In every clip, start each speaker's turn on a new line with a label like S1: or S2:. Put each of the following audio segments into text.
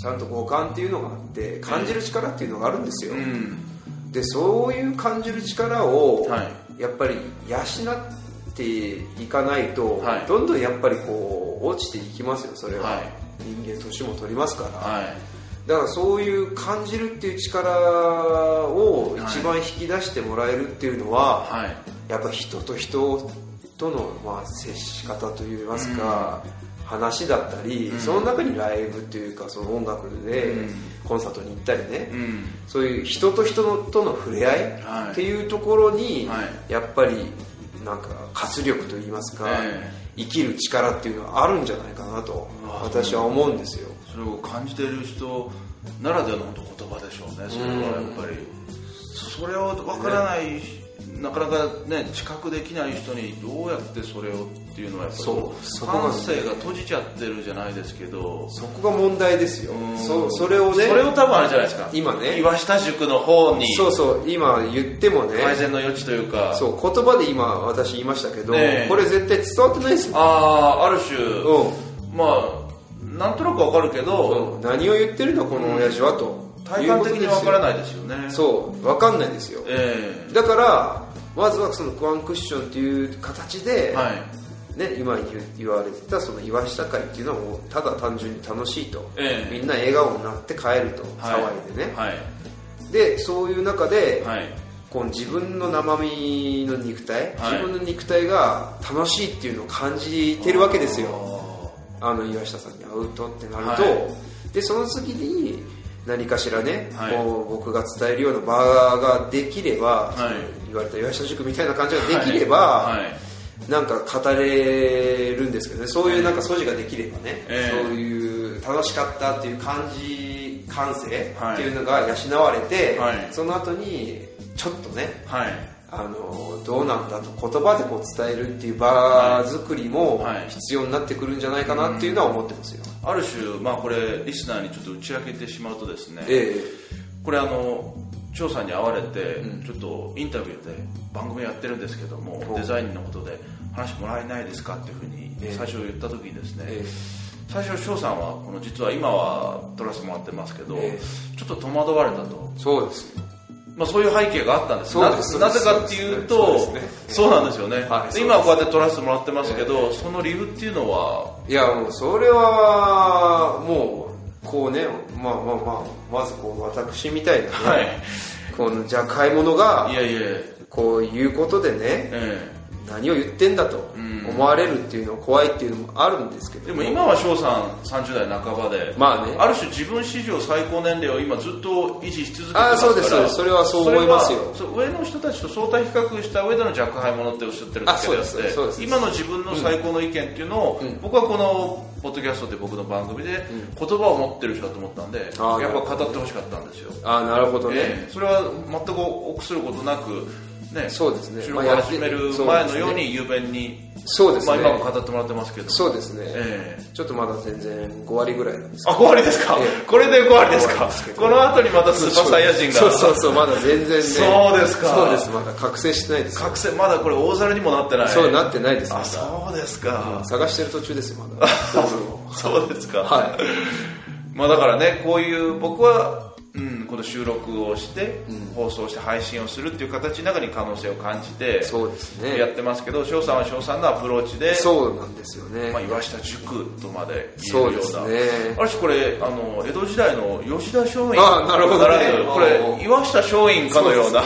S1: ちゃんと五感っていうのがあって感じる力っていうのがあるんですよ、
S2: うん
S1: でそういう感じる力を、
S2: は
S1: やっぱり養っていかないと、
S2: はい
S1: どんどんやっぱりこう落ちていきますよそれは、
S2: はい
S1: 人間年も取りますから、
S2: は
S1: だからそういう感じるっていう力を一番引き出してもらえるっていうのは、
S2: いはい
S1: やっぱ人と人との、まあ、接し方といいますか、話だったり、
S2: うん
S1: その中にライブというかその音楽で
S2: うん
S1: コンサートに行ったりね、
S2: うん
S1: そういう人と人のとの触れ合い
S2: はい
S1: っていうところに、
S2: は
S1: やっぱりなんか活力といいますか、
S2: え
S1: 生きる力っていうのはあるんじゃないかなと
S2: わ
S1: 私は思うんですよ。
S2: それを感じている人ならではの本当言葉でしょうねそれはやっぱり、それを分からない、なかなかね知覚できない人にどうやってそれをっていうのはやっぱり
S1: そう
S2: こ
S1: そこなん
S2: 感
S1: です
S2: 性が閉じちゃってるじゃないですけど
S1: そこが問題ですよ
S2: うん。
S1: そそれをね
S2: それを多分あれじゃないですか
S1: 今ね
S2: 岩下塾の方に
S1: そうそう今言ってもね
S2: 改善の余地というか
S1: そう言葉で今私言いましたけど、
S2: ねえ
S1: これ絶対伝わってないですよ、
S2: ああある種、
S1: う
S2: まあなんとなくわかるけど、
S1: ん、何を言ってるのこの親父はと
S2: 体感的にわから
S1: い
S2: ないですよね
S1: うことですよそう分かんないですよ
S2: え
S1: だからまずはそのワンクッションっていう形
S2: え
S1: で、
S2: はい
S1: ね、今言う言われてたその岩下会っていうのはもうただ単純に楽しいと、
S2: ええ
S1: みんな笑顔になって帰ると、騒いでね、
S2: はい
S1: でそういう中で、
S2: はい
S1: この自分の生身の肉体、
S2: はい
S1: 自分の肉体が楽しいっていうのを感じてるわけですよ
S2: よ
S1: あの岩下さんに会うとってなると、
S2: は
S1: でその次に何かしらね、
S2: はい
S1: こう僕が伝えるような場ができれば、
S2: い
S1: その言われた岩下塾みたいな感じができれば、なんか語れるんですけどねそういうなんか素地ができればね、
S2: ええ
S1: そういう楽しかったっていう感じ感性
S2: はい
S1: っていうのが養われて、
S2: はい
S1: その後にちょっとね
S2: はいはい
S1: あのどうなんだと言葉でこう伝えるっていう場作りも
S2: はい
S1: 必要になってくるんじゃないかなっていうのは思ってますよ、
S2: ある種まあこれリスナーにちょっと打ち明けてしまうとですね、
S1: え
S2: これあの張さんに会われて、
S1: うん
S2: ちょっとインタビューで番組やってるんですけども
S1: お
S2: デザインのことで話もらえないですかっていうふうに
S1: ええ
S2: 最初言った時にですね、
S1: ええ
S2: 最初翔さんはこの実は今は撮らせてもらってますけど、
S1: え
S2: ちょっと戸惑われたと、
S1: えそうですよ
S2: まあ、そういう背景があったんです
S1: そうです
S2: なな
S1: そ
S2: ぜ
S1: うです
S2: かっていうと
S1: そ
S2: そうう,、
S1: ですね
S2: なんですよね、
S1: はい
S2: で
S1: そうです
S2: 今はこうやって撮らせてもらってますけど、その理由っていうのはい
S1: やもうそれはもうこうねまあまあまあまずこう私みたいな、ね
S2: はい、
S1: このじゃあ買い物が
S2: いやいや
S1: こういうことでね
S2: え
S1: 何を言ってんだと
S2: うん
S1: 思われるっていうの怖いっていうのもあるんですけ
S2: え
S1: ど
S2: でも今は翔さん30代半ばで、
S1: まあね
S2: ある種自分史上最高年齢を今ずっと維持し続けて
S1: あ
S2: ま
S1: あ
S2: すか
S1: そう
S2: ら
S1: ですそうですそれはそう思いますよ
S2: それはそう上の人たちと相対比較した上での若輩者っておっしゃってるだけであ
S1: あそうですそう
S2: っ
S1: です
S2: て今の自分の最高の意見っていうのを、
S1: ん
S2: 僕はこのポッドキャストって僕の番組で言葉を持ってる人だと思ったんで、
S1: あー
S2: やっぱ語ってほしかったんですよ、
S1: ああなるほどね、
S2: ええそれは全く臆することなくね
S1: そうですね
S2: 収
S1: まあ
S2: 録を
S1: やって
S2: 始める前のように雄弁に、
S1: そうです
S2: まあ、
S1: ね、
S2: 今も語ってもらってますけど
S1: そうですね、
S2: ええ
S1: ちょっとまだ全然5割ぐらいなんです
S2: あ、5割ですか、
S1: ええ
S2: これで5割です
S1: 5割
S2: か
S1: ですけど
S2: この後にまたスーパーサイヤ人が。
S1: そうそうそうまだ全然ね
S2: そうですか
S1: そうですまだ覚醒してないです
S2: 覚醒、まだこれ大皿にもなってない。
S1: そうなってないですま
S2: あ、
S1: だ
S2: そうですか。
S1: 探してる途中ですまだ道具を
S2: そうですか。
S1: はい
S2: まあだからね、こういう、僕は、うん、この収録をして、放送して配信をするっていう形の中に可能性を感じて
S1: そうですね
S2: やってますけど翔さんは翔さんのアプローチで
S1: そうなんですよね、
S2: まあ、岩下塾とまで言えるような
S1: そうですね
S2: ある種これあの江戸時代の吉田松陰
S1: ああなるほどね
S2: らぬこ
S1: ああ
S2: れ岩下松陰かのような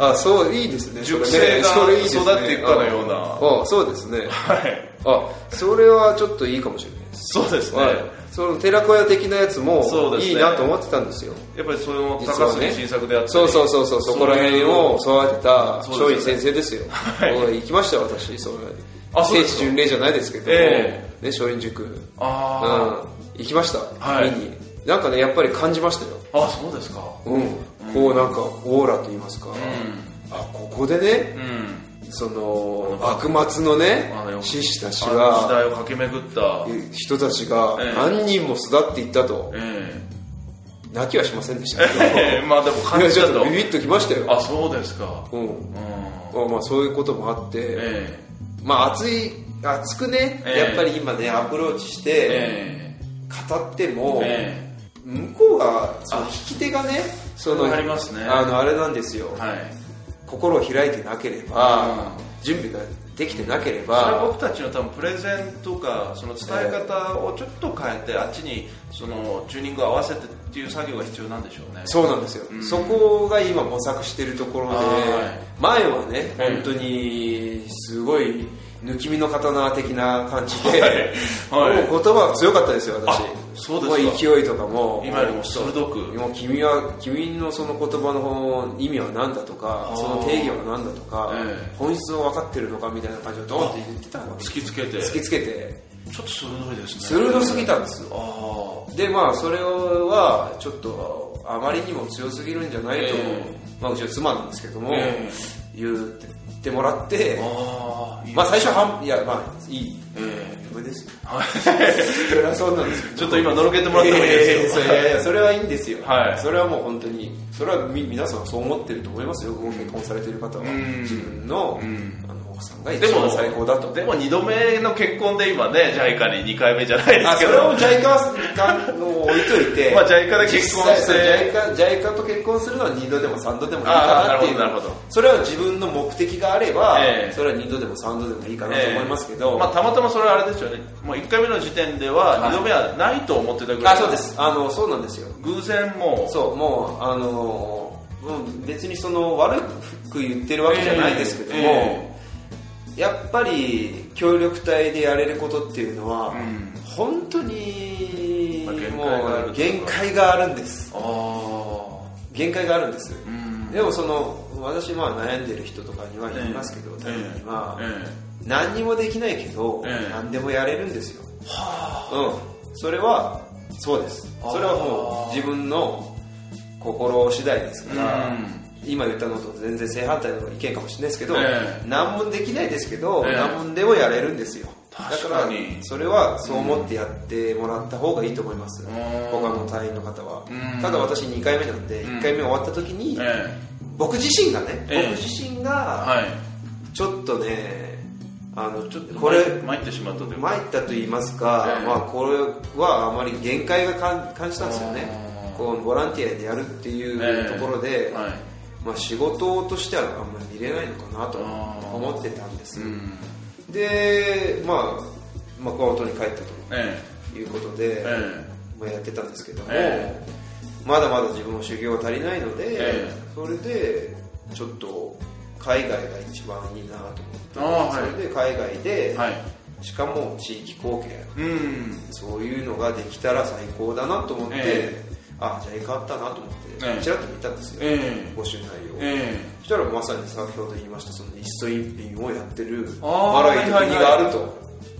S1: あそういいですね
S2: 熟成が
S1: それねそれいいですね
S2: 育っていくかのような
S1: ああそうですね
S2: はい
S1: あそれはちょっといいかもしれないです
S2: そうですね、
S1: はいその寺子屋的なやつも
S2: そうです
S1: い
S2: ね
S1: いなと思ってたんですよ
S2: やっぱりその
S1: 実
S2: 高
S1: はね
S2: 杉晋作であったり
S1: そうそうそうそうそこら辺を育てた松
S2: そう
S1: 陰
S2: ですよね
S1: 先生ですよ
S2: はい
S1: おい行きましたよ私その
S2: あそう
S1: 聖
S2: です
S1: 地
S2: か
S1: 巡礼じゃないですけども、
S2: え
S1: ね松陰塾
S2: あ
S1: うん、行きました、
S2: はい
S1: 見になんかねやっぱり感じましたよ、
S2: ああそうですか
S1: うんこうなんかオーラと言いますか、あここでね
S2: うん
S1: その幕末のね
S2: あの
S1: 志士たち
S2: あの時
S1: が
S2: 代を駆け巡った
S1: 人たちが
S2: ええ
S1: 何人も育っていったと
S2: え
S1: 泣きはしませんでしたけど
S2: え まあでも
S1: い
S2: 感
S1: や
S2: じ
S1: ち
S2: た
S1: ょっ
S2: と
S1: とビビッときましたよ、
S2: あそうですか
S1: う
S2: うんん
S1: あまあ、そういうこともあって、
S2: え
S1: まあ熱い熱くね、
S2: ええ
S1: やっぱり今ねアプローチし
S2: え
S1: て
S2: え
S1: 語っても、
S2: ええ
S1: 向こうがその
S2: あ
S1: 引き手がねその
S2: ありますね
S1: あのあれなんですよ、
S2: えはい
S1: 心を開いてなければ、準備ができてなけれ
S2: それは
S1: ば、
S2: 僕たちの多分プレゼンとかその伝え方をちょっと変えて、あっちにそのチューニングを合わせてっていう作業が必要なんでしょうね
S1: そうなんですよ、
S2: うん
S1: そこが今模索してるところで、
S2: は
S1: 前はね
S2: はい
S1: 本当にすごい抜き身の刀的な感じで、
S2: はいはい
S1: もう言葉が強かったですよ私
S2: あそうですか
S1: もう勢いとかも
S2: 今よりも鋭く
S1: もう君は君のその言葉の意味は何だとか
S2: あー
S1: その定義は何だとか、
S2: ええ
S1: 本質を分かってるのかみたいな感じをドーンって言ってたの
S2: 突きつけて
S1: 突きつけて
S2: ちょっと鋭いですね
S1: 鋭すぎたんですよ
S2: ああ
S1: でまあそれはちょっとあまりにも強すぎるんじゃないと、
S2: え
S1: まあ、うちの妻なんですけども、
S2: ええ
S1: 言うって言ってもらって
S2: ああいい
S1: まあ最初は半いやまあいい
S2: え
S1: 自分ですよ
S2: えはい
S1: それはそうなんですけど
S2: ちょっと今のろけてもらってもいいですか
S1: いやいやいやそれはいいんですよ、
S2: はい
S1: それはもう本当にそれはみ皆さんそう思ってると思いますよご結婚されてる方は、
S2: うん
S1: 自分の,、
S2: うん
S1: あの奥さんが一
S2: でも
S1: 番最高だと
S2: でも2度目の結婚で今ね JICA に2回目じゃないで
S1: あ
S2: す
S1: そ
S2: け
S1: れ
S2: ど
S1: をジャイカの置いといて
S2: まあ JICA で結婚して
S1: 実際それジャイカと結婚するのは2度でも3度でもいいかなっていう
S2: あーなるほどなるほど
S1: それは自分の目的があれば、
S2: ええ
S1: それは2度でも3度でもいいかなと思いますけど、
S2: ええまあ、たまたまそれはあれですよねもう1回目の時点では2度目はないと思ってたぐらい、
S1: あそうですあのそうなんですよ
S2: 偶然も
S1: そうもうあのーもう別にその悪く言ってるわけじゃないですけども、
S2: ええ
S1: やっぱり協力隊でやれることっていうのは、
S2: ん
S1: 本当に
S2: まあ限界があ
S1: も
S2: る
S1: う限界があるんです
S2: ああ
S1: 限界があるんです、
S2: うん
S1: でもその私まあ悩んでる人とかには言いますけど、
S2: え
S1: たまには、
S2: え
S1: 何にもできないけど、
S2: ええ
S1: 何でもやれるんですようん、それはそうですそれはもう自分の心次第ですか
S2: う
S1: ら、
S2: ん
S1: 今言ったのと全然正反対の意見かもしれないですけど、
S2: ええ
S1: 何もできないですけど、
S2: ええ
S1: 何もでもやれるんですよだ
S2: 確
S1: から
S2: かに
S1: それはそう思ってやってもらった方がいいと思います、
S2: ん
S1: 他の隊員の方は、
S2: うん
S1: ただ私2回目なんで
S2: うん
S1: 1回目終わった時に、
S2: ええ
S1: 僕自身がね、
S2: ええ
S1: 僕自身が
S2: はい
S1: ちょっとねあのちょっとこれ
S2: 参ってしまったというか
S1: 参ったと言いますか、
S2: ええ
S1: まあ、これはあまり限界が感感じたんですよね
S2: あー
S1: こうボランティアでやるっていうところで、
S2: ええはい
S1: まあ、仕事としてはあんまり見れないのかなと
S2: あー
S1: 思ってたんです、
S2: うん
S1: で、まあ、まあ熊本に帰った
S2: え
S1: ということで、
S2: ええ
S1: まあ、やってたんですけども、
S2: え
S1: まだまだ自分も修行が足りないので、
S2: ええ
S1: それでちょっと海外が一番いいな
S2: あ
S1: と
S2: ー
S1: 思って、
S2: はい
S1: それで海外で、
S2: えはい
S1: しかも地域貢献
S2: うん
S1: そういうのができたら最高だなと思って、
S2: え
S1: あじゃあよかったなと思って、
S2: ええ
S1: ちらっと見たんですよ、
S2: ええ
S1: 募集内容を、
S2: え
S1: そしたらまさに先ほど言いましたその一層一品をやってる
S2: あー
S1: マライの国があると、
S2: は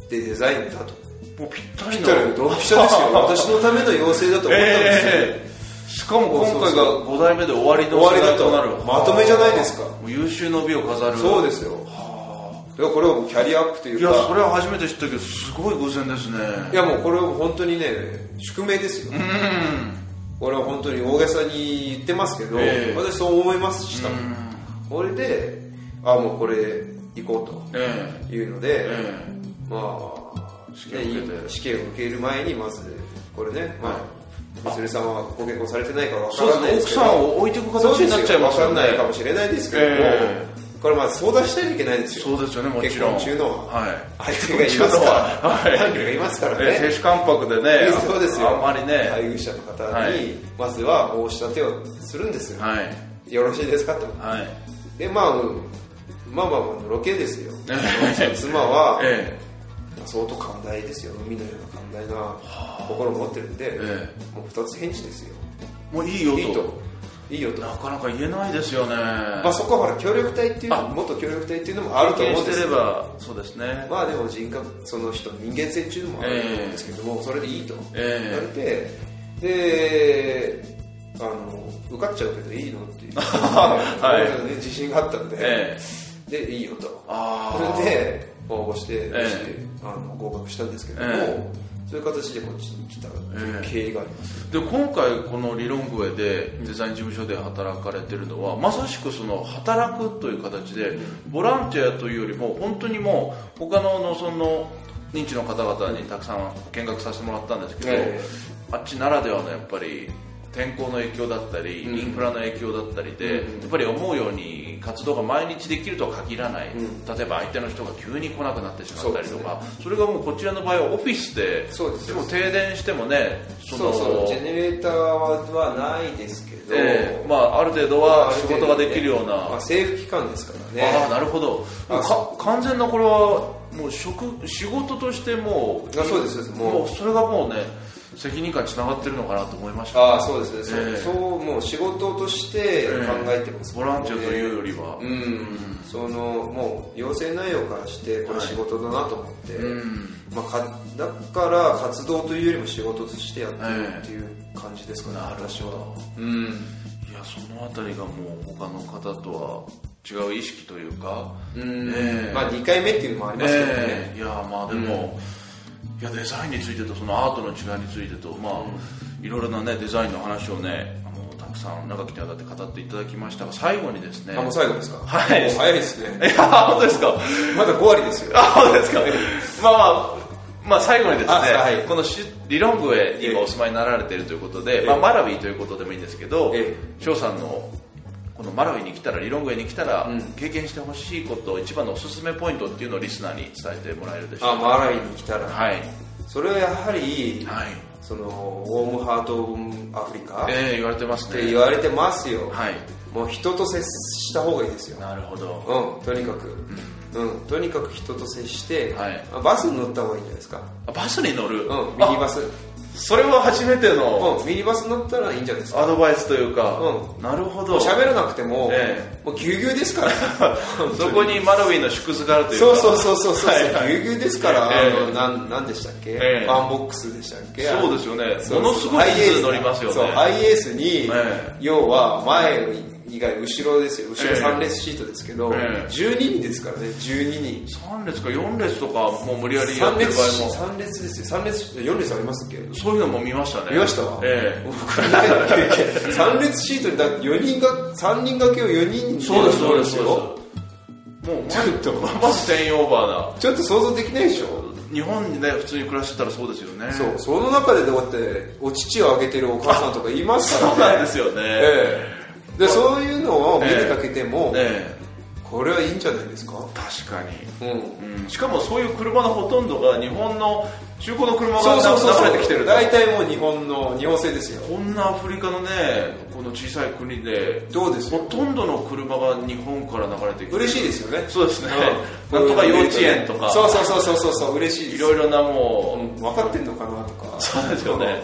S1: でデザインだと
S2: えもうぴったり
S1: ぴ
S2: の
S1: ったりのドンピシ ャですよ私のための要請だと思ったんですよ、
S2: ええしかも今
S1: そう
S2: 回
S1: そう
S2: が5代目で終わりの
S1: 終わりだ
S2: 世代となる
S1: とまとめじゃないですか
S2: もう優秀の美を飾る
S1: そうですよいやこれはもうキャリアアップとい
S2: いうや
S1: か
S2: それは初めて知ったけどすごい偶然ですね
S1: いやもうこれは本当にね宿命ですよ、
S2: うん
S1: これは本当に大げさに言ってますけど、
S2: ええ
S1: 私そう思いました、
S2: うん
S1: これであもうこれ行こう
S2: え
S1: というの
S2: え
S1: で、
S2: え
S1: まあ
S2: 試験を受けて
S1: ね試験を受ける前にまずこれね、まあ、みさんはご結婚されてないからわか
S2: そうで
S1: ら
S2: す
S1: ない
S2: ね
S1: で
S2: 奥
S1: すけど
S2: さんを置いていく形になっちゃいますよ
S1: わ
S2: ね
S1: かんないかもしれないですけども、
S2: え
S1: これまあ相談しないといけないですよ
S2: そうですよねもちろん
S1: 結婚中の
S2: はい
S1: 相手がいますから、
S2: はい
S1: 相手がいますからね、
S2: えー、精子関白でね
S1: そうですよ
S2: あんまりね
S1: 配偶者の方に、
S2: はい
S1: まずは申し立てをするんですよ、
S2: はい
S1: よろしいですかと
S2: はい
S1: でまあ、うんまあまあまあのろけですよ妻は、
S2: え
S1: 相当寛大ですよ海のような寛大な心を持ってるんで、
S2: え
S1: もう二つ返事ですよ
S2: えもういいよと
S1: いいといいよと
S2: なかなか言えないですよね
S1: まあ、そこはほら協力隊っていうの
S2: あ
S1: 元協力隊っていうのもあると思う
S2: 経
S1: んで
S2: 験し
S1: す
S2: てれ
S1: けど
S2: ばそうですね
S1: まあでも人格その人人間性っていうのもあると思うんですけども、それでいいと
S2: ええ
S1: 言われて、であの受かっちゃうけどいいのっていう、
S2: はい
S1: 僕 ね自信があったんで、
S2: え
S1: でいいよと
S2: あー
S1: それで応募して、
S2: え
S1: あの合格したんですけども、
S2: え
S1: そういう形でこっちに来た経緯があります、
S2: で今回この理論具合でデザイン事務所で働かれてるのはまさしくその働くという形でボランティアというよりも本当にもう他の農村の認知の方々にたくさん見学させてもらったんですけど、
S1: ええ
S2: あっちならではのやっぱり天候の影響だったり、インフラの影響だったりで、やっぱり思うように活動が毎日できるとは限らない、例えば相手の人が急に来なくなってしまったりとかそ,、れがもうこちらの場合はオフィスで
S1: そうです
S2: も停電してもねそ
S1: そ
S2: の
S1: うそうジェネレーターはないですけど、
S2: ええまあ、ある程度は仕事ができるような、
S1: まあ、政府機関ですからね
S2: ああなるほど
S1: あ
S2: もうか完全なこれはもう職仕事としてもう
S1: あそうですそうですもう
S2: もうそれがもうね責任感につながってるのかなと思いました
S1: ああそうですね、そう
S2: ええ
S1: そうもう仕事として考えてます、
S2: ボランティアというよりは、
S1: うん、そのもう要請内容からしてこれ仕事だなと思って、
S2: うん
S1: まあ、かだから活動というよりも仕事としてやってるっていう感じですかね、
S2: なる
S1: 私
S2: ほ
S1: は
S2: ど
S1: うん
S2: いやそのあたりがもう他の方とは違う意識というか
S1: うん、
S2: ええ
S1: まあ2回目っていうのもありますけどね、
S2: ええいやまあでも、いやデザインについてとそのアートの違いについてとまあ、いろいろなねデザインの話をねあのたくさん長きにわたって語っていただきましたが最後にですね
S1: あもう最後ですか
S2: はい
S1: もう早いですね
S2: いや本当ですか
S1: まだ5割ですよ
S2: あ本当ですかまあまあまあ最後にですね、
S1: あはい
S2: このしリロングへ今お住まいになられているということで、まあ、
S1: ええ
S2: マラウィということでもいいんですけど
S1: え
S2: 翔さんのこのマラウィに来たらリロングへに来たら、
S1: うん
S2: 経験してほしいこと一番のおすすめポイントっていうのをリスナーに伝えてもらえるでしょう
S1: あ
S2: か
S1: マライに来たら、
S2: はい
S1: それはやはり
S2: はい
S1: そのウォームハート・オブ・アフリカ、
S2: ええ言われてます
S1: って
S2: ね
S1: 言われてますよ、
S2: はい
S1: もう人と接した方がいいですよ、
S2: なるほど
S1: うん、とにかく、うん、とにかく人と接して、
S2: はい
S1: あバスに乗った方がいいんじゃないですか、
S2: あバスに乗る、
S1: うん、ミニバ
S2: ス
S1: ス、
S2: それは初めての
S1: うん、ミニバス乗ったらいいんじゃないですか、
S2: アドバイスというか、
S1: う
S2: なるほど
S1: 喋らなくても、
S2: え
S1: もうぎゅうぎゅうですから、本当
S2: そこにマラウィの縮図があるというか
S1: そうそうそうそうそう、
S2: はいはい
S1: ぎゅうぎゅうですから、あ
S2: ええ
S1: のなんなんでしたっけ、
S2: ええ
S1: ワンボックスでしたっけ、
S2: そうですよねものすごい人数乗りますよね
S1: そう、ハイエースに、
S2: え
S1: 要は前以外後ろですよ、後ろ
S2: ええ
S1: 3列シートですけど、
S2: ええ
S1: 12人ですからね、12人。
S2: 3列か4列とかもう無理やりやっ
S1: 3
S2: てる
S1: 列
S2: 場合も
S1: 三列ですよ、3列、4列ありますっけ
S2: そういうのも見ましたね
S1: 見ましたわ、
S2: ええ
S1: 僕3列シートにだって4人が3人掛けを4人に
S2: そうですそうです
S1: よ
S2: そうですもう
S1: ちょっと
S2: ままず専用バーだ
S1: ちょっと想像できないでしょ
S2: 日本にね普通に暮らしてたらそうですよね
S1: そうその中でだってお乳をあげてるお母さんとかいますから
S2: そ
S1: ね
S2: う なんですよね
S1: ええでそういうのを見
S2: ええ
S1: るだけでも、
S2: ええ
S1: これはいいんじゃないですか、
S2: 確かに
S1: うん
S2: うんしかもそういう車のほとんどが日本の中古の車が
S1: そうそうそう
S2: 流
S1: そ
S2: れてきてる
S1: う
S2: と
S1: 大体もう日本の日本製ですよ
S2: こんなアフリカのねこの小さい国で
S1: どうです
S2: ほとんどの車が日本から流れてきて
S1: 嬉しいですよね
S2: そうですね
S1: う
S2: なんとか幼稚園とか
S1: そうそうそうそうそうそう嬉しいで
S2: い
S1: す
S2: ろいろなもう、
S1: うん分かってんのかなとか
S2: そうですよね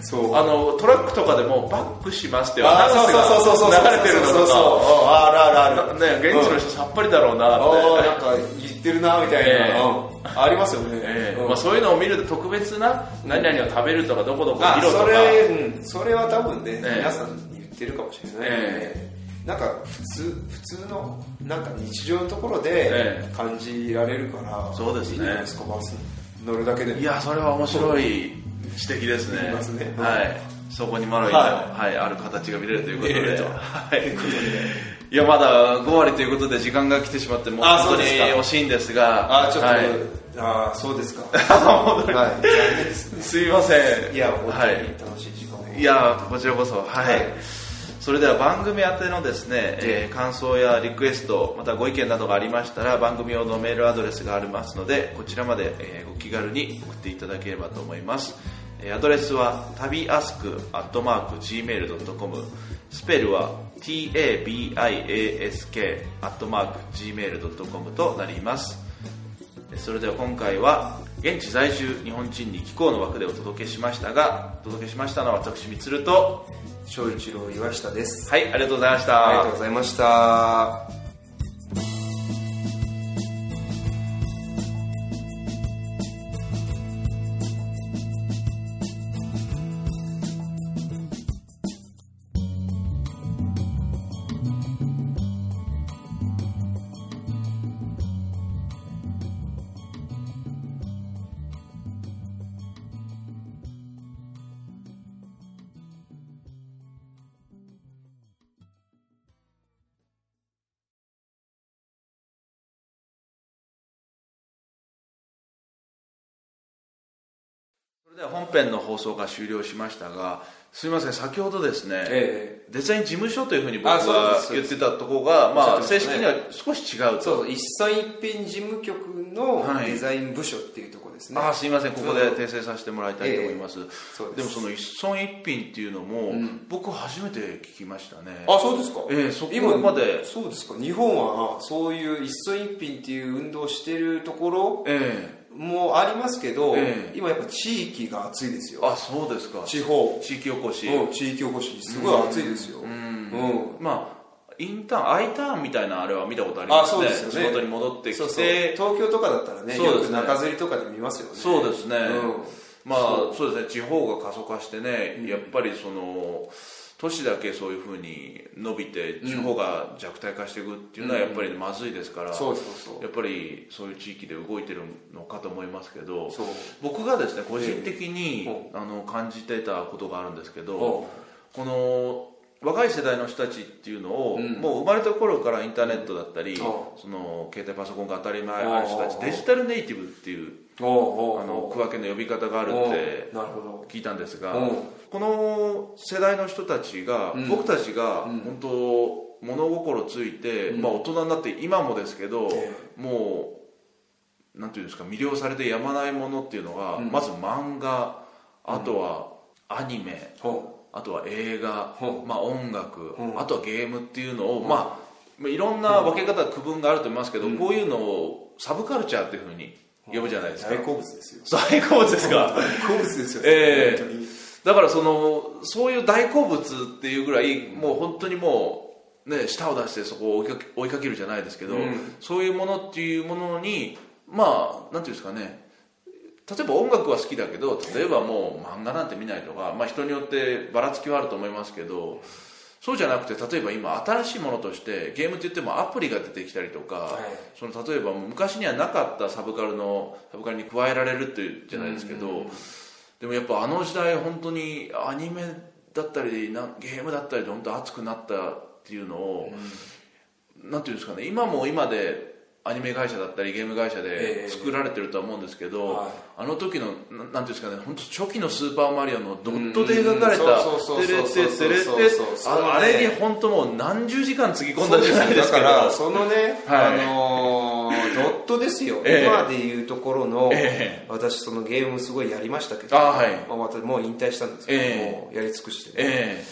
S1: そう
S2: あのトラックとかでもバックしますっていうア
S1: あ
S2: ナウンス
S1: そうそうそうそう
S2: が流れてるの
S1: そうそ
S2: と
S1: うそう
S2: か
S1: うんあるあるある
S2: ね現地の人さっぱりだろうな
S1: あ
S2: って
S1: あなんか言ってるなみたいな、
S2: ええ
S1: うんありますよね、
S2: ええ
S1: うん
S2: まあ、そういうのを見ると特別な何々を食べるとかどこどこ
S1: あ
S2: 見ろとか
S1: それ、うん、それは多分ね、
S2: ええ
S1: 皆さんに言ってるかもしれないよね、
S2: え
S1: なんか普通普通のなんか日常のところで
S2: え
S1: 感じられるから、
S2: そうですね
S1: いいんじゃないですかバス乗るだけでも
S2: いやそれは面白い指摘ですね
S1: いますね
S2: はい、そこにマロイの、
S1: は
S2: はいある形が見れるということ
S1: 見れ
S2: で
S1: ると
S2: はい、いやまだ5割ということで時間が来てしまってもう
S1: あ
S2: 本当
S1: そう
S2: に
S1: ですか
S2: 惜しいんですが
S1: あちょっと、
S2: はい
S1: あそうですか
S2: 本当に
S1: はい残念ですね
S2: すいません
S1: いや本当
S2: はい
S1: に楽しい時間を、
S2: いやこちらこそはい、
S1: はい
S2: それでは番組宛てのですね、えー感想やリクエストまたご意見などがありましたら番組用のメールアドレスがありますのでこちらまで、えーご気軽に送っていただければと思いますえーアドレスは旅アスクアットマーク Gmail.com スペルは tabiask アットマーク Gmail.com となりますそれでは今回は現地在住日本人に気候の枠でお届けしましたがお届けしましたのは私みつると
S1: 翔一郎岩下です
S2: はいありがとうございました
S1: ありがとうございました
S2: それでは本編の放送が終了しましたがすみません先ほどですね、
S1: え
S2: デザイン事務所というふうに僕
S1: あそうで
S2: は
S1: すそう
S2: 言
S1: で
S2: っ
S1: す
S2: てたところがま
S1: おっ
S2: あ
S1: しゃ
S2: 正
S1: ってました
S2: 式
S1: ね
S2: には少し違うと
S1: そうそう一産一品事務局の
S2: はい
S1: デザイン部署っていうところですね、
S2: あーすみませんここで訂正させてもらいたいと思います、
S1: そう
S2: で
S1: で
S2: も
S1: す
S2: その一村一品っていうのも、
S1: ん
S2: 僕初めて聞きましたね
S1: あそうですか
S2: ええそこ
S1: 今
S2: まで
S1: そうですか日本はそういう一村一品っていう運動をしてるところ
S2: え
S1: もありますけど、
S2: ええ
S1: 今やっぱ地域が熱いです
S2: え
S1: よ
S2: あそうですか
S1: 地方
S2: 地域おこし、
S1: うん地域おこしすごい熱いですようん、
S2: まあインターンアイターンみたいなあれは見たことありますね
S1: あそうですよね
S2: 仕事に戻ってきて
S1: そうそう東京とかだったらね
S2: そう
S1: よ
S2: で
S1: く
S2: すね
S1: 中吊りとかで見ますよね
S2: そうですね、
S1: うん
S2: まあそうですね地方が過疎化してね、やっぱりその都市だけそういうふうに伸びて地方が弱体化していくっていうのはやっぱりまずいですから、
S1: そうそうそ
S2: やっぱりそういう地域で動いてるのかと思いますけど
S1: うそう
S2: 僕がですね個人的に、
S1: え
S2: あの感じてたことがあるんですけど、
S1: おう
S2: この若い世代の人たちっていうのを、
S1: うん
S2: もう生まれた頃からインターネットだったり、
S1: お
S2: その携帯パソコンが当たり前ある人た
S1: お
S2: ち
S1: う
S2: デジタルネイティブっていう
S1: おうおう
S2: あの区分けの呼び方がある
S1: おう
S2: って
S1: なるほど
S2: 聞いたんですが
S1: うん
S2: この世代の人たちが、
S1: うん
S2: 僕たちが
S1: うん
S2: 本当物心ついて、
S1: うん
S2: まあ、大人になって今もですけど、
S1: え
S2: もうなんていうんですか魅了されてやまないものっていうのが、
S1: うん
S2: まず漫画あとはアニメ、
S1: ほ
S2: あとは映画、
S1: うん
S2: まあ、音楽、
S1: うん
S2: あとはゲームっていうのを、まあまあ、いろんな分け方、区分があると思いますけど、こういうのをサブカルチャーっていうふうに呼ぶじゃないですか
S1: 大好物ですよ
S2: 大好物ですか
S1: 大好物ですよ
S2: ええ
S1: 本当に
S2: だからそのそういう大好物っていうぐらいもう本当にもうね舌を出してそこを追いかけ追いかけるじゃないですけど、
S1: うん
S2: そういうものっていうものにまあなんていうんですかね例えば音楽は好きだけど例えばもう漫画なんて見ないとか、まあ、人によってばらつきはあると思いますけどそうじゃなくて例えば今新しいものとしてゲームって言ってもアプリが出てきたりとか、
S1: はい
S2: その例えば昔にはなかったサブカルのサブカルに加えられるっていうじゃないですけど、でもやっぱあの時代本当にアニメだったりなゲームだったりで本当熱くなったっていうのを、なんていうんですかね今も今でアニメ会社だったりゲーム会社
S1: ええ
S2: で作られてるとは思うんですけど、
S1: はい
S2: あの時のななんていうんですかね本当初期の「スーパーマリオ」のドットで描かれた
S1: うんそうそう
S2: テレ
S1: そうそう
S2: テテレテ
S1: そうそうそうそう
S2: ああれに本当もう何十時間つぎ込んだじゃないですか
S1: だからそのね、
S2: はい
S1: あのードットですよ、
S2: ええ
S1: 今でいうところの、
S2: え
S1: 私そのゲームすごいやりましたけど、
S2: あはい
S1: まあ、私もう引退したんですけど、
S2: ええ
S1: もうやり尽くして、ね
S2: ええ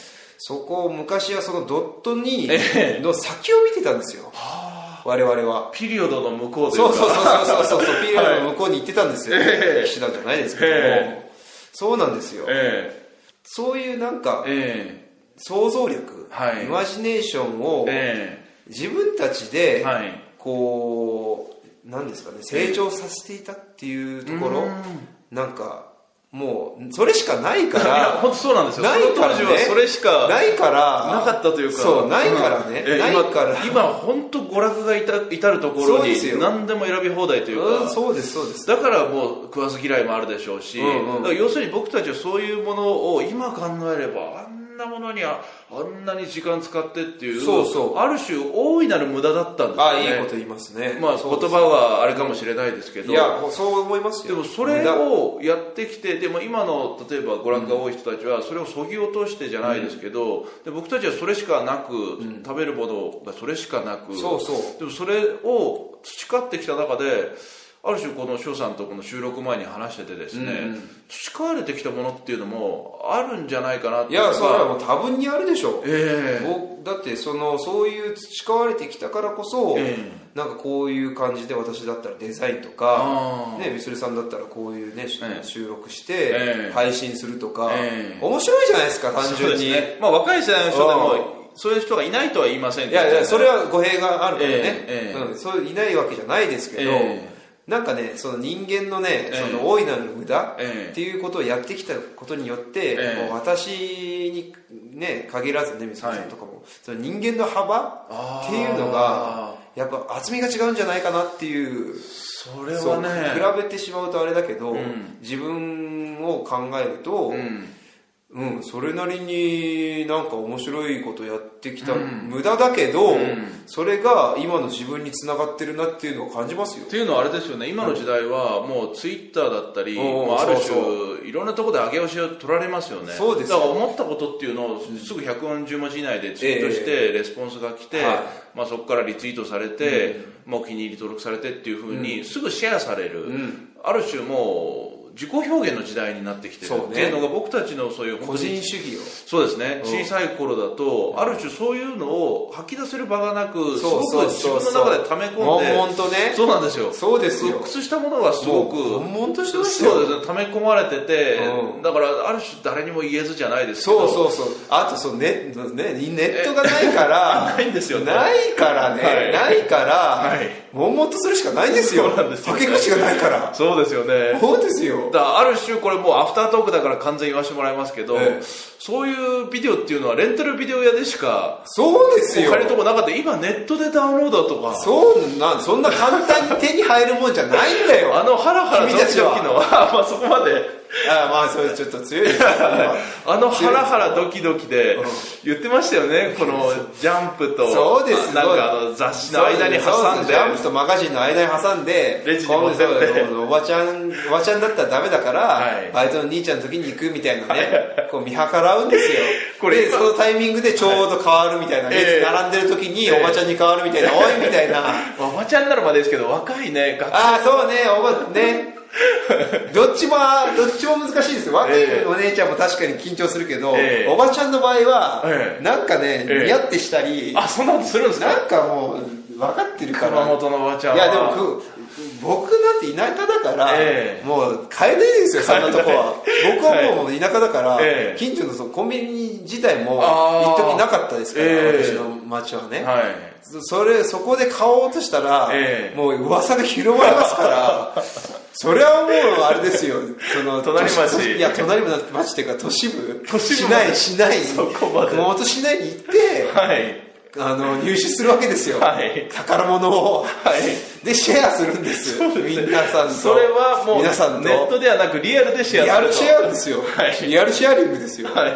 S1: そこを昔はそのドットに、
S2: え
S1: の先を見てたんですよ、 我々は。
S2: ピリオドの向こうという
S1: そう
S2: か
S1: そうそうそうそう そう、ピーラーの向こうに行ってたんですよ、
S2: ええ
S1: 騎士団じゃないですけども、
S2: え
S1: そうなんですよ、
S2: え
S1: そういうなんか
S2: ええ
S1: 想像力、
S2: はい
S1: イマジネーションを
S2: ええ
S1: 自分たち
S2: え
S1: で、
S2: はい
S1: こうなんですかね成長させていたっていうところ、なんかもうそれしかないか
S2: いや
S1: ら
S2: 本当そうなんですよ
S1: ないからね
S2: その当時はそれしか
S1: ないから
S2: なかったというか
S1: そうないからね、
S2: うんえ
S1: ないから
S2: 今今本当娯楽が至至るとこ
S1: そ
S2: ろ
S1: うで
S2: に
S1: すよ
S2: 何でも選び放題という
S1: うん、
S2: か
S1: そうですそうです
S2: だからもう食わず嫌いもあるでしょうし、
S1: うんうん
S2: だから要するに僕たちはそういうものを今考えればあんんなものにああんなに時間使ってっていう
S1: そうそう
S2: ある種大いなる無駄だったんです
S1: あ
S2: よ
S1: あ
S2: ね
S1: いいこと言いますね
S2: まあ、
S1: そうで
S2: 言
S1: す
S2: 葉はあれかもしれないですけど
S1: いやそう思います
S2: で
S1: よ
S2: もそれ
S1: 無駄
S2: をやってきてでも今の例えばご覧が多い人たちはそれをそぎ落としてじゃないですけど、で僕たちはそれしかなく、食べるものがそれしかなく
S1: そうそう
S2: でもそれを培ってきた中である種この翔さんとこの収録前に話しててですね、培われてきたものっていうのもあるんじゃないかなって
S1: い
S2: いうの
S1: や
S2: が
S1: それはもう多分にあるでしょう
S2: ええ
S1: 僕だってそのそういう培われてきたからこそ、
S2: え
S1: なんかこういう感じで私だったらデザインと
S2: あ
S1: か
S2: ー
S1: ねみするさんだったらこういうね、し
S2: ええ
S1: 収録して、
S2: ええ
S1: 配信するとか、
S2: ええ
S1: 面白いじゃないですか単
S2: 単
S1: 純
S2: 純
S1: に、
S2: に、ね、まあ若い世代の人で
S1: う
S2: もそういう人がいないとは言いません
S1: い
S2: けど
S1: やいやそれは語弊があるからね、
S2: ええええ
S1: うん、そういないわけじゃないですけど、
S2: ええ
S1: なんかねその人間の
S2: え
S1: ね、
S2: え
S1: その大いなる無駄
S2: ええ
S1: っていうことをやってきたことによって、
S2: ええ
S1: もう私にね限らずねみするさんとかも、その人間の幅
S2: あー
S1: っていうのがやっぱ厚みが違うんじゃないかなっていう
S2: それ
S1: そ
S2: は
S1: う
S2: ね
S1: 比べてしまうとあれだけど、
S2: うん
S1: 自分を考えると、
S2: うん
S1: うん、それなりになんか面白いことやってきた、
S2: うん
S1: 無駄だけど、
S2: ん
S1: それが今の自分につながってるなっていうのを感じますよ
S2: っていうのはあれですよね今の時代はもうツイッターだったり、
S1: おう
S2: まあ、ある種
S1: そう
S2: いろんなところで上げ押しを取られますよね
S1: そうですよ
S2: だから思ったことっていうのをすぐ140文字以内でツイートして、レスポンスが来て、
S1: はい
S2: まあ、そこからリツイートされて、まあ、お気に入り登録されてっていうふうにすぐシェアされる、
S1: ん
S2: ある種もう自己表現の時代になってきてる
S1: そうね
S2: っていうのが僕たちのそういう
S1: 個
S2: 本当
S1: 人
S2: に
S1: 主義を
S2: そうですね小さい頃だとある種そういうのを吐き出せる場がなくすごく自分の中で溜め込んで
S1: 悶々とね
S2: そうなんですよ
S1: そうですよ
S2: 屈したものがすごく
S1: もう悶々としてましたよ
S2: そうですね溜め込まれてて、
S1: うん
S2: だからある種誰にも言えずじゃないですけ
S1: そ
S2: ど
S1: うそうそうあとそうネねネットがないから
S2: ないんですよね
S1: ないからね、
S2: はい
S1: ないから、
S2: い
S1: 悶々とするしかないんですよ
S2: そうなんですよね
S1: 吐け口がないから
S2: そうですよね
S1: そうですよ
S2: だからある種これもうアフタートークだから完全に言わせてもらいますけど、
S1: ええ
S2: そういうビデオっていうのはレンタルビデオ屋でしか
S1: そうですよ
S2: 借りるとこなかった今ネットでダウンロードとか
S1: そうなんそんな簡単に手に入るもんじゃないんだ よ
S2: あのハラハラドキドキのはまあそこまで
S1: あまあそれちょっと強いですけど
S2: あのハラハラドキドキで言ってましたよね、このジャンプと
S1: そうです
S2: なんかあの雑誌の間に
S1: そう
S2: 挟
S1: です
S2: んで
S1: ジャンプとマガジンの間に挟んで
S2: レジに持ってって
S1: こうそうそうおばちゃんおばちゃんだったらダメだから、
S2: はい
S1: バイトの兄ちゃんの時に行くみたいなねこう見計らうんですよ
S2: これ
S1: でそのタイミングでちょうど変わるみたいな、
S2: はいええ
S1: 列並んでる時に
S2: ええ
S1: おばちゃんに変わるみた いな、おいみたいな
S2: まあおばちゃんになるまでですけど若いね学
S1: ああそうねおばねどっちもどっちも難しいですよ若い
S2: ええ
S1: お姉ちゃんも確かに緊張するけど、
S2: ええ
S1: おばちゃんの場合は、
S2: ええ
S1: なんかね、
S2: ええ
S1: 似合ってしたり、
S2: あそんなことするんですか
S1: なんかもう分かってるから
S2: 熊本のおばちゃん
S1: い
S2: は
S1: やでもく僕なんて田舎だから、
S2: ええ
S1: もう買えないですよそんなとこは僕はもう田舎だから、
S2: ええ
S1: 近所のそのコンビニ自体も
S2: あー
S1: 一時なかったですから、
S2: ええ
S1: 私の町はね、
S2: はい
S1: それそこで買おうとしたら、
S2: ええ
S1: もう噂が広まりますから それはもうあれですよその
S2: 隣町
S1: 都市いや隣町っていうか都市部
S2: 都市部
S1: 市
S2: まで
S1: 内市内
S2: そこまで
S1: 熊本市内に行って
S2: はい
S1: あの入手するわけですよ、
S2: はい
S1: 宝物を、
S2: い
S1: でシェアするんです皆さんと
S2: それはもう
S1: 皆さんと
S2: ネットではなくリアルでシェア
S1: リアル
S2: す
S1: シ
S2: る
S1: ェアですよ、
S2: はい
S1: リアルシェアリングですよ、
S2: とはい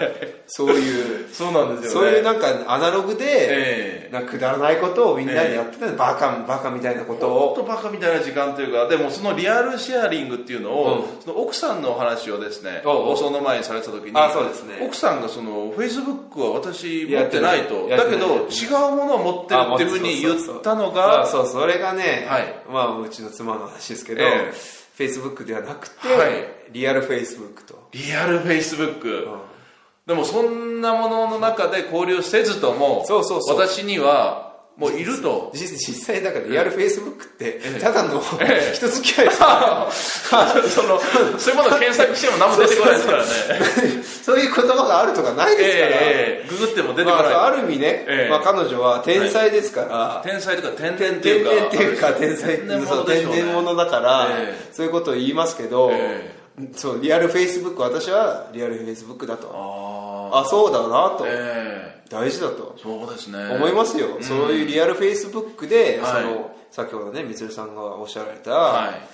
S1: そういう
S2: そうなんですよ
S1: そう
S2: ね
S1: いうなんかアナログで、
S2: ええ
S1: なんかくだらないことをみんなでやってた、バカバカみたいなこと
S2: ほん
S1: を
S2: とバカみたいな時間というかでもそのリアルシェアリングっていうのを、
S1: う
S2: その奥さんのお話をですね
S1: おうおう
S2: 放送の前にされた時に
S1: あそうですね
S2: 奥さんがそのフェイスブックは私持ってないと
S1: やっ
S2: だ
S1: て
S2: け
S1: ないや
S2: ど
S1: っ
S2: 違うものを持ってるっていうふうに言ったの
S1: あ
S2: が
S1: そうそうそれがね、
S2: はい
S1: まあうちの妻の話ですけど、
S2: ええ
S1: フェイスブックではなくて、
S2: はい
S1: リアルフェイスブックと
S2: リアルフェイスブック、でもそんなものの中で交流せずとも
S1: そうそうそう
S2: 私にはもういると
S1: 実実際だからリアルフェイスブックってただの、人付き合いです
S2: そのそういうものを検索しても何も出てこないですからね
S1: そういう言葉があるとかない
S2: え
S1: ですから、
S2: えええググっても出てこ
S1: ま
S2: ない、
S1: あ、ある意味ね、
S2: ええ
S1: まあ、彼女は天才ですから、
S2: 天才とか天然っていう
S1: 天
S2: か
S1: 然っていうか天才
S2: 天然
S1: そ
S2: 物
S1: う
S2: でし
S1: 天
S2: ょうね
S1: 然物だから、
S2: ええ
S1: そういうことを言いますけど、
S2: え
S1: そうリアルフェイスブック私はリアルフェイスブックだと
S2: あ
S1: あそうだな
S2: あ
S1: と、
S2: え
S1: 大事だと
S2: えそうですね
S1: 思いますよ、
S2: うん
S1: そういうリアルフェイスブックで、
S2: はい
S1: その先ほどねみつるさんがおっしゃられた、
S2: はい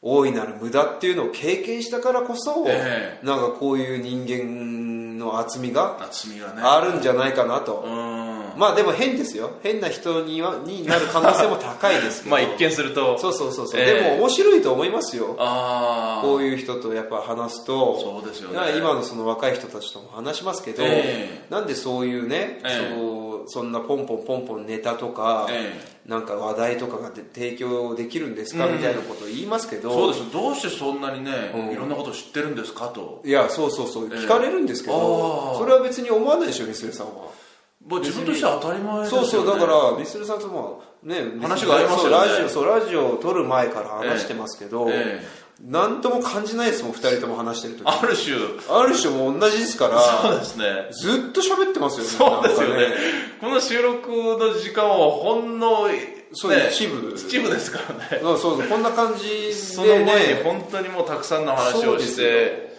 S1: 大いなる無駄っていうのを経験したからこそ、
S2: え
S1: なんかこういう人間の厚みが
S2: 厚みがね
S1: あるんじゃないかな
S2: う
S1: と、
S2: ん
S1: まあでも変ですよ変な人にはになる可能性も高いですけ ど
S3: まあ一見すると
S1: そうそうそうそう、
S3: ええ
S1: でも面白いと思いますよ
S2: ああ
S1: こういう人とやっぱ話すと
S2: そうですよね
S1: だから今のその若い人たちとも話しますけど、
S2: え
S1: なんでそういうね、
S2: ええ
S1: そうそんなポンポンポンポンネタとか、
S2: え
S1: なんか話題とかがで提供できるんですか、みたいなことを言いますけど
S2: そうですどうしてそんなにね、
S1: うん
S2: いろんなこと知ってるんですかと
S1: いやそうそうそう、
S2: ええ
S1: 聞かれるんですけ
S2: あ
S1: ど
S2: あ
S1: それは別に思わないでしょみするさんは。
S2: まあ自分としては当たり前ですよ、
S1: そう
S2: ね、
S1: そうだからみするさんともね
S2: 話が合いますよね
S1: そうラジオそうラジオを撮る前から話してますけど、
S2: ええ
S1: なんとも感じないですもん二人とも話してる時
S2: ある種
S1: ある人も同じですから
S2: そうですね
S1: ずっと喋ってますよね
S3: そうですよね
S1: なんか
S3: この収録の時間はほんの、
S1: そう
S3: ね
S1: 一部
S3: 一部ですからね
S1: そうそうこんな感じ
S3: その
S1: で
S3: 前に
S1: ね
S3: 本当にもうたくさんの話
S1: そう
S3: を
S1: で
S3: し
S1: すよ
S3: て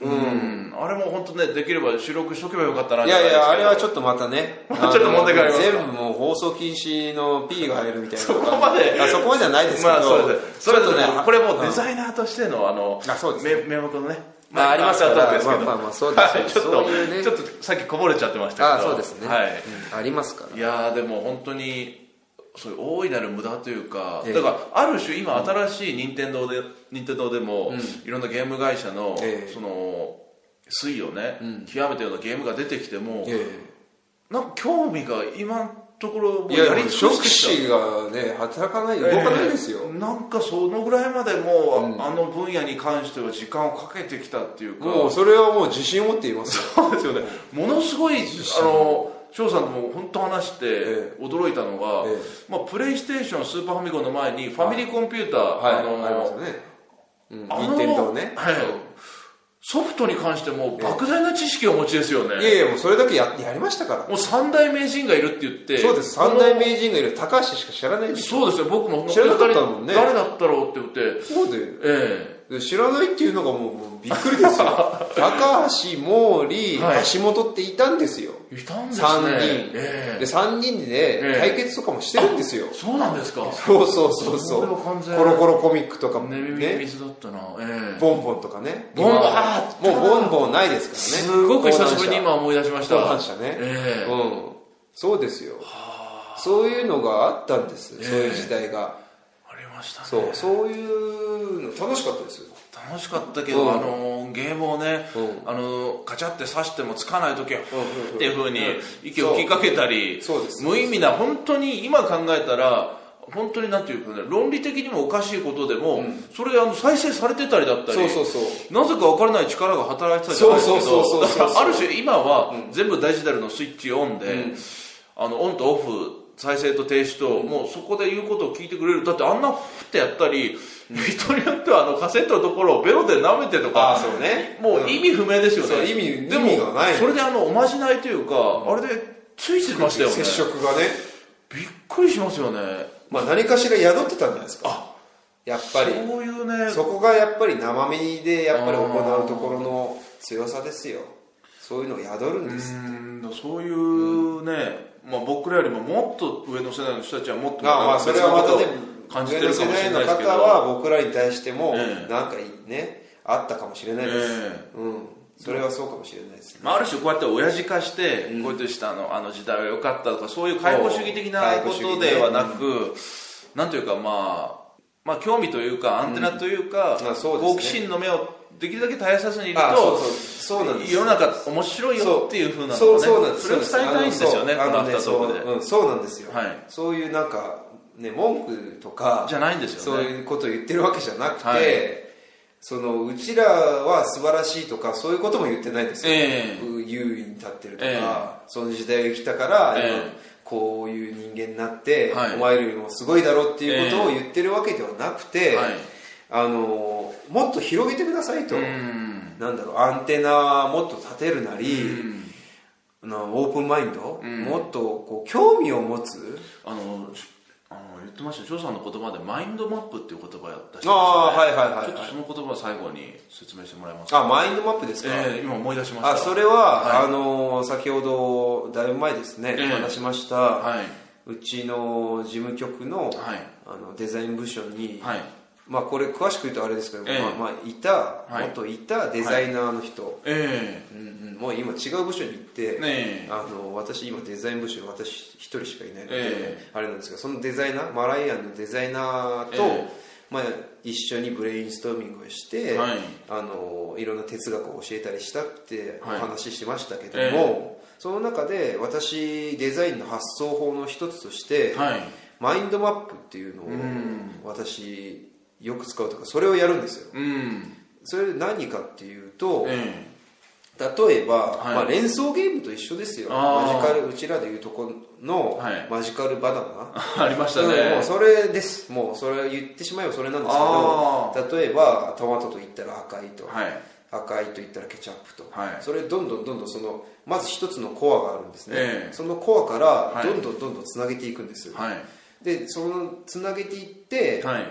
S3: うんあれも本当ねできれば収録しとけばよかったなっ
S1: い
S3: て感じ
S1: や
S3: です
S1: いやあ
S3: け
S1: れ
S3: ど
S1: はちょっとまたね
S3: ちょっと問題がありますか
S1: 全部もう放送禁止の P が入るみたいな
S3: そこまで
S1: あそこまではないですけど、
S3: まあそうですそれとね
S1: ちょっ
S3: これもうデ
S1: ん
S3: ザイナーとしてのあの
S1: あそうです
S3: 名名目のね
S1: まあありますから
S3: まああったわけですけど
S1: まあまあまあそうです
S3: はいちょっと
S1: そういうね
S3: ちょっとさっきこぼれちゃってましたけど
S1: あそうですね、
S3: はい
S1: うんありますから
S2: いやーでも本当にそういう大いなる無駄というか、
S1: ええ
S2: だからある種今新しい任天堂で、任天堂でも、いろんなゲーム会社の、
S1: ええ
S2: その推移をね、極めたようなゲームが出てきても、
S1: え
S2: なんか興味が今のところもう
S1: えい
S2: や
S1: や
S2: り
S1: もう
S2: 尽く
S1: 触
S2: して
S1: 手がね働かない動かないですよ、
S2: なんかそのぐらいまでもう、あの分野に関しては時間をかけてきたっていうか
S1: もうそれはもう自信を持って言いますよ
S2: そうですよねものすごいあの翔さんとも本当話して
S1: え
S2: 驚いたのが、
S1: え
S2: まあ、プレイステーションスーパーファミコンの前にファミリーコンピューター、
S1: はい
S2: あの
S1: ありますよねうん
S2: あの
S1: 任天堂ね
S2: はいソフトに関しても莫大な知識をお持ちですよね、
S1: いやいやもうそれだけややりましたから
S2: もう三大名人がいるって言って
S1: そうです
S2: この
S1: 三大名人がいる高橋しか知らないでしょ
S2: そうですよ僕も
S1: 知らなかったもんね
S2: 誰だったろうって言って
S1: そうで
S2: ええ
S1: 知らないっていうのがもうもうびっくりですよ 高橋毛利
S2: はい
S1: 橋本っていたんですよ、
S2: いたんですね
S1: 三人
S2: ええ
S1: で3人で
S2: ええ
S1: 対決とかもしてるんですよ、
S2: そうなんですか
S1: そうそうそうそ
S2: こ
S1: う
S2: れは完全
S1: コロコロコミックとかも
S2: ね
S1: ね
S2: 耳水だったなええ
S1: ボンボンとかね
S2: ボンボン
S1: 今
S2: あー
S1: もうボンボンないですからね
S2: すごく久しぶりに今思い出しました
S1: 講談社ね、
S2: ええ
S1: うんそうですよそういうのがあったんです、そういう時代が
S2: ありましたね
S1: そうそういうの楽しかったですよ
S2: 楽しかったけど、
S1: うん
S2: あのゲームをね、
S1: う
S2: あのカチャって刺してもつかない時は、
S1: うん
S2: っていうふうに息を吹きかけたり
S1: そうそうです
S2: 無意味な本当に今考えたら本当になんていうかね論理的にもおかしいことでも、それがあの再生されてたりだったり
S1: そうそうそう
S2: なぜか分からない力が働いてたじゃないですけ
S1: そうそう
S2: ど
S1: そうそうそう
S2: だからある種今は全部ダイジタルのスイッチオンで、あのオンとオフ再生と停止と、もうそこで言うことを聞いてくれるだってあんなふってやったり、人によってはあのカセットのところをベロで舐めてとか
S1: ああそうね
S2: もう意味不明ですよね、
S1: そう意味
S2: でも
S1: 意味がない
S2: それであのおまじないというか、あれでついてましたよね
S1: 接触がね、
S2: びっくりしますよね
S1: まあ、何かしら宿ってたんじゃないですか
S2: あ
S1: やっぱり
S2: そういうね
S1: そこがやっぱり生身でやっぱり行うところの強さですよそういうのを宿るんです、
S2: うんそういうね、まあ、僕らよりももっと上の世代の人たちはもっと
S1: ああまあそれはまたね
S2: 感じてるかもしれないですけ
S1: 上の世代の
S2: ど
S1: 方は僕らに対しても
S2: ええ
S1: なんかねあったかもしれないです、
S2: え
S1: うんそれはそうかもしれないですね
S2: まあ、ある種こうやって親父化して、こうやってしたあのあの時代は良かったとかそういう解放主義的な
S1: そう
S2: ことではなく、なんというかまあまあ興味というかアンテナというか、
S1: うんまあそうですね
S2: 好奇心の目をできるだけ絶やさずにいると
S1: あそうそうそうなんです
S2: 世の中面白いよっていうふうなのをね
S1: そうそうなんです
S2: れを伝えたいんですよね
S1: あ
S2: この
S1: の
S2: アフター
S1: そう
S2: ト
S1: あ
S2: ー
S1: の
S2: クで、
S1: ねそううんそうなんですよ、
S2: はい
S1: そういうなんかね文句とか
S2: じゃないんですよ
S1: そう
S2: ね
S1: いうことを言ってるわけじゃなくて、
S2: はい
S1: そのうちらは素晴らしいとかそういうことも言ってないんですよ、
S2: ええ
S1: 優位に立ってるとか、
S2: ええ
S1: その時代が来たから、
S2: ええ
S1: 今こういう人間になって、
S2: はい
S1: お前よりもすごいだろっていうことを言ってるわけではなくて、
S2: はい
S1: あのもっと広げてくださいと、
S2: うん
S1: なんだろうアンテナもっと立てるなり、あのオープンマインド、もっとこう興味を持つ
S2: あのしあの言ってましたよ翔さんの言葉でマインドマップっていう言葉を出してました、ね、
S1: あーはいはいはい
S2: ちょっとその言葉を最後に説明してもらえますか
S1: あマインドマップですか、
S2: ええ今思い出しました
S1: あそれは、
S2: はい
S1: あの先ほどだいぶ前ですね、
S2: ええ
S1: 話しました、
S2: はいう
S1: ちの事務局の,、
S2: はい
S1: あのデザイン部署に、
S2: はい
S1: まあこれ詳しく言うとあれですけど、
S2: ええ
S1: まあ、まあいた、
S2: はい
S1: 元いたデザイナーの人、
S2: え
S1: うんうん、もう今違う部署に行っ
S2: ね
S1: て、
S2: え
S1: あの私今デザイン部署に私一人しかいないので、
S2: え
S1: あれなんですがそのデザイナーマライアンのデザイナーと、
S2: え
S1: まあ、一緒にブレインストーミングをして、
S2: はい
S1: あのいろんな哲学を教えたりしたってお
S2: はい
S1: 話ししましたけど
S2: え
S1: も、その中で私デザインの発想法の一つとして、
S2: はい
S1: マインドマップっていうのを
S2: ん
S1: 私よく使うとかそれをやるんですよ
S2: えうん
S1: それで何かっていうと、
S2: え
S1: 例
S2: い
S1: えば、まあ、連想ゲームと一緒ですよ
S2: あー
S1: マジカルうちらでいうとこの、
S2: はい
S1: マジカルバナ
S2: え
S1: ナ
S2: ありましたね
S1: うんもうそれですもうそれ言ってしまえばそれなんです
S2: あ
S1: けど例えばトマトと言ったら赤いと、
S2: はい
S1: 赤いと言ったらケチャップと、
S2: はい
S1: それどんどんどんどんそのまず一つのコアがあるんですね、
S2: ええ
S1: そのコアからどんどんどんどんつなげていくんですよ、
S2: はい
S1: でそのつなげていって、
S2: はい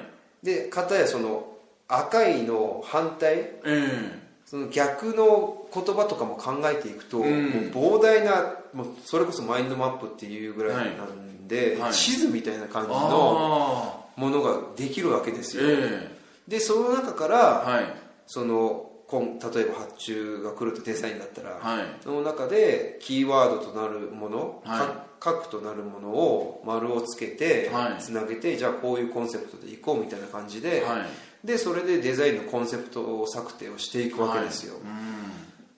S1: で片やその赤いの反対
S2: ええ
S1: その逆の言葉とかも考えていくと、
S2: うん
S1: もう膨大なもうそれこそマインドマップっていうぐらいなんで、
S2: はいはい
S1: 地図みたいな感じの
S2: あ
S1: ものができるわけで
S2: あ
S1: すよ、
S2: え
S1: でその中から、
S2: えはい
S1: その今例えば発注が来るとデザインだったら、
S2: はい
S1: その中でキーワードとなるもの、
S2: はい
S1: か核となるものを丸をつけて
S2: はい
S1: つなげて、じゃあこういうコンセプトでいこうみたいな感じで、
S2: は
S1: でそれでデザインのコンセプト策定をしていくわけですよ、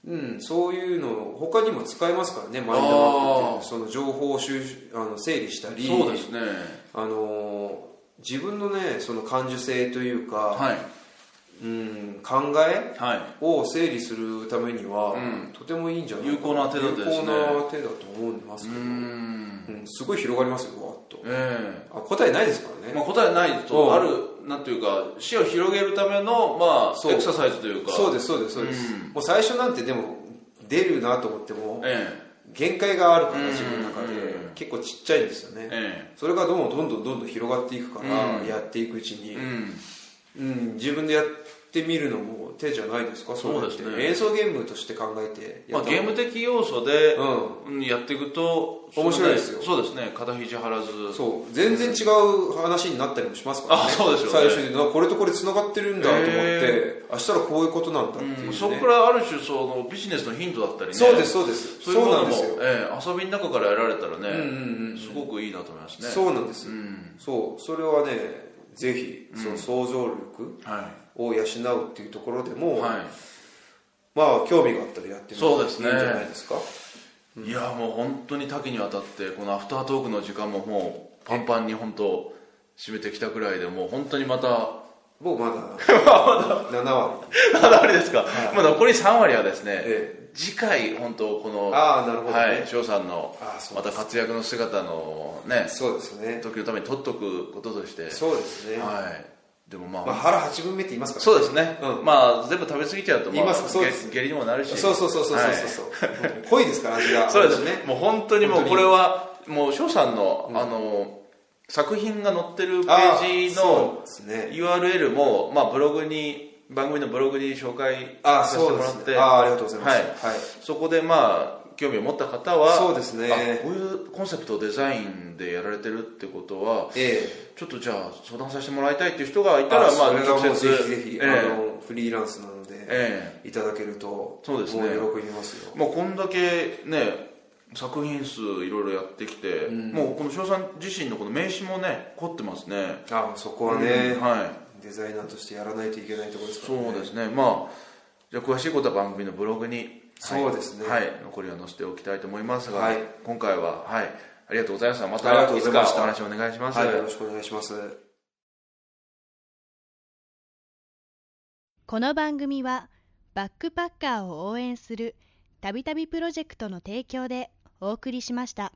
S1: うん、そういうの他にも使えますからねマインドマップっ
S2: あー
S1: てその情報を収集あの整理したり
S2: そうですね
S1: あの自分のねその感受性というか、
S2: はい
S1: うん、考え
S2: はい
S1: を整理するためには、
S2: うん
S1: とてもいいんじゃない
S2: 有効な手立てですね
S1: 有効な手だと思いますけ
S2: う
S1: ど、
S2: ん
S1: うんすごい広がりますよわーっと
S2: え
S1: あ答えないですから
S2: え
S1: ね、
S2: まあ答えない
S1: うん
S2: とあるなんていうか視野を広げるためのまあ
S1: そう
S2: エクササイズというか
S1: そう
S2: で
S1: ですそうですそうです、
S2: うん
S1: もう最初なんてでも出るなと思っても、
S2: え
S1: 限界があるから
S2: うん
S1: 自分の中で
S2: うん
S1: 結構ちっちゃいんですよね、
S2: ええ
S1: それがどうもどんどんどんどん広がっていくから、
S2: うん
S1: やっていくうち
S2: え
S1: に、
S2: うん
S1: うん自分でやってみるのも手じゃないですかれって
S2: そうですね
S1: 演奏ゲームとして考えて
S2: ま
S1: や
S2: あ
S1: った
S2: ゲーム的要素で
S1: うん
S2: うんやっていくと
S1: 面白いですよ
S2: そうですね肩肘張らず
S1: そう全然違う話になったりもしますからね
S2: あそうでしょうね
S1: 最初になこれとこれ繋がってるんだと思って、
S2: へ
S1: 明日はこういうことなんだっていう、ね
S2: うんそこからある種そのビジネスのヒントだったりね
S1: そうですそうです
S2: そ
S1: そう
S2: ういうも
S1: な
S2: の
S1: ん
S2: も
S1: ですよ、
S2: ええ遊びの中から得られたらね、
S1: うんうんうん
S2: すごくいいなと思いますね
S1: そうなんです、
S2: うん
S1: そうそれはねぜひその想像力
S2: は
S1: を養うっていうところで
S2: い、
S1: も、
S2: は
S1: まあ興味があったらやってみる
S2: そうですね
S1: いいんじゃないですか
S2: い、いやもう本当に多岐にわたってこのアフタートークの時間ももうパンパンに本当締めてきたくらいでもう本当にま た
S1: 僕 まだ7割
S2: あれですか、まあ残り3割はですね、
S1: え
S2: 次回本当この
S1: ああなるほどね
S2: はい翔さんの
S1: ああそう
S2: ま
S1: で
S2: た活躍の姿のね
S1: そうですね
S2: 時のために取っとくこととして
S1: そうですね、
S2: はいでもまあ、
S1: まあ、腹8分目って言いますから
S2: そうですね、
S1: うん
S2: まあ全部食べ過ぎちゃうと、まあ、
S1: 言いますそうです
S2: 下痢にもなるし
S1: そうそうそうそうそうそう、本当に濃いですから味
S2: は
S1: が
S2: いそうですね
S1: 私
S2: もう本当にもう
S1: 本当に
S2: これはもう翔さんの、あの作品が載ってるページ
S1: あ
S2: の
S1: ーそうですね
S2: URL も、まあ、ブログに番組のブログに紹介
S1: あ
S2: させて
S1: そう
S2: も
S1: で
S2: ら
S1: す
S2: っ
S1: ね
S2: て
S1: ああありがとうございます、
S2: はい
S1: はい
S2: そこでまあ興味を持った方は
S1: そうですね
S2: あこういうコンセプトをデザインでやられてるってことは
S1: ええ
S2: ちょっとじゃあ相談させてもらいたいっていう人がいたらまあ
S1: それがもう
S2: 直接
S1: ぜひぜひ、
S2: ええ
S1: あのフリーランスなので、
S2: え
S1: いただけると
S2: そうですね
S1: もう喜びますよ
S2: まあ、こんだけね作品数いろいろやってきて、もうこの翔さん自身のこの名刺もね凝ってますね
S1: あそこはね、
S2: うんはい
S1: デザイナーとしてやらないといけないところですからね
S2: そうですねまあじゃあ詳しいことは番組のブログにはい
S1: そうですね
S2: はい、残りは載せておきたいと思いますが、
S1: はい
S2: 今回ははいありがとうございましたま
S1: ありが
S2: た
S1: とう
S2: いつ
S1: ござい
S2: か
S1: ま
S2: お
S1: した
S2: 話お願いします、
S1: はいよろしくお願いします
S4: この番組はバックパッカーを応援するたびたびプロジェクトの提供でお送りしました。